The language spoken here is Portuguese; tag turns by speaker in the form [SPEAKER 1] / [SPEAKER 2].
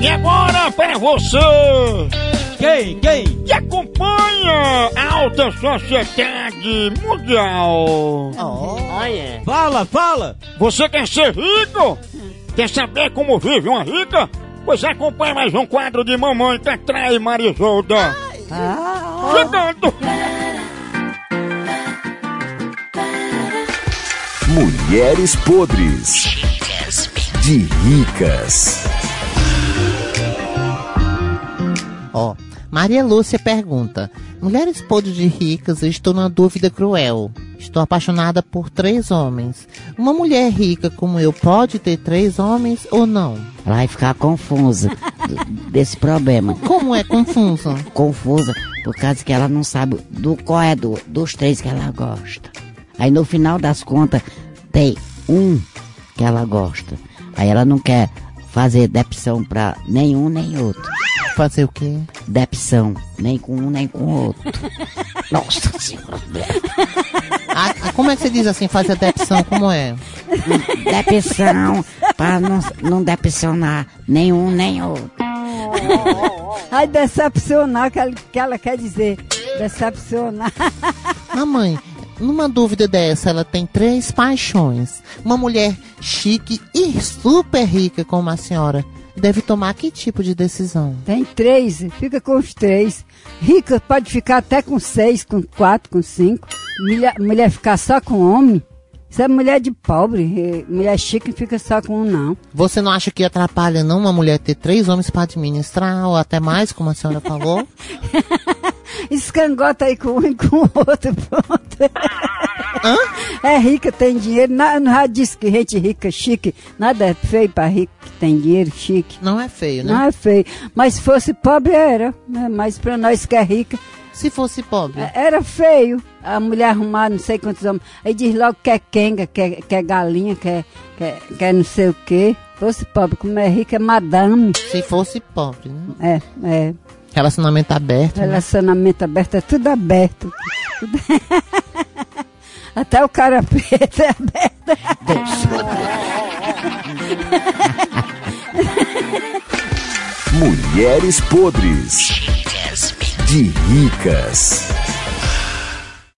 [SPEAKER 1] E agora pra você
[SPEAKER 2] Quem? Quem?
[SPEAKER 1] que acompanha a alta sociedade mundial.
[SPEAKER 3] Olha.
[SPEAKER 2] Fala, fala!
[SPEAKER 1] Você quer ser rico? Quer saber como vive uma rica? Pois acompanhe mais um quadro de Mamãe Catrá e Marisolda. Chegando!
[SPEAKER 4] Mulheres podres de ricas.
[SPEAKER 3] Ó, Maria Lúcia pergunta: Mulheres podres de ricas, eu estou numa dúvida cruel. Estou apaixonada por três homens. Uma mulher rica como eu pode ter três homens ou não?
[SPEAKER 5] Ela vai ficar confusa do- desse problema.
[SPEAKER 3] Como é confuso?
[SPEAKER 5] Confusa por causa que ela não sabe do qual é do- dos três que ela gosta. Aí no final das contas tem um que ela gosta. Aí ela não quer fazer depção pra nenhum nem outro.
[SPEAKER 3] Fazer o quê?
[SPEAKER 5] Depção, nem com um nem com outro. Nossa senhora.
[SPEAKER 3] Ah, ah, como é que você diz assim, fazer adepção? Como é?
[SPEAKER 5] Depção pra não, não decepcionar nenhum nem outro.
[SPEAKER 6] Ai, decepcionar, que ela, que ela quer dizer. Decepcionar.
[SPEAKER 3] Mamãe, numa dúvida dessa, ela tem três paixões. Uma mulher chique e super rica como a senhora deve tomar que tipo de decisão?
[SPEAKER 6] Tem três, fica com os três. Rica pode ficar até com seis, com quatro, com cinco. Mulher, mulher ficar só com homem. Isso é mulher de pobre. eh, Mulher chique não fica só com um, não.
[SPEAKER 3] Você não acha que atrapalha não uma mulher ter três homens para administrar ou até mais, como a senhora falou?
[SPEAKER 6] Escangota aí com um e com o outro, pronto. É rica, tem dinheiro. Na- Não, já disse que gente rica, chique. Nada é feio pra rico que tem dinheiro, chique.
[SPEAKER 3] Não é feio, né?
[SPEAKER 6] Não é feio. Mas se fosse pobre, era. né? Mas pra nós que é rica,
[SPEAKER 3] Se fosse pobre.
[SPEAKER 6] É, Era feio. A mulher arrumar não sei quantos homens. Aí diz logo que é quenga, que é, que é galinha, que é, que, é, que é não sei o quê. Fosse pobre, como é rica, é madame.
[SPEAKER 3] Se fosse pobre, né?
[SPEAKER 6] É, é.
[SPEAKER 3] Relacionamento aberto. né?
[SPEAKER 6] Relacionamento aberto, é tudo aberto. Tudo- Até o cara preto é aberto.
[SPEAKER 4] Mulheres podres de ricas.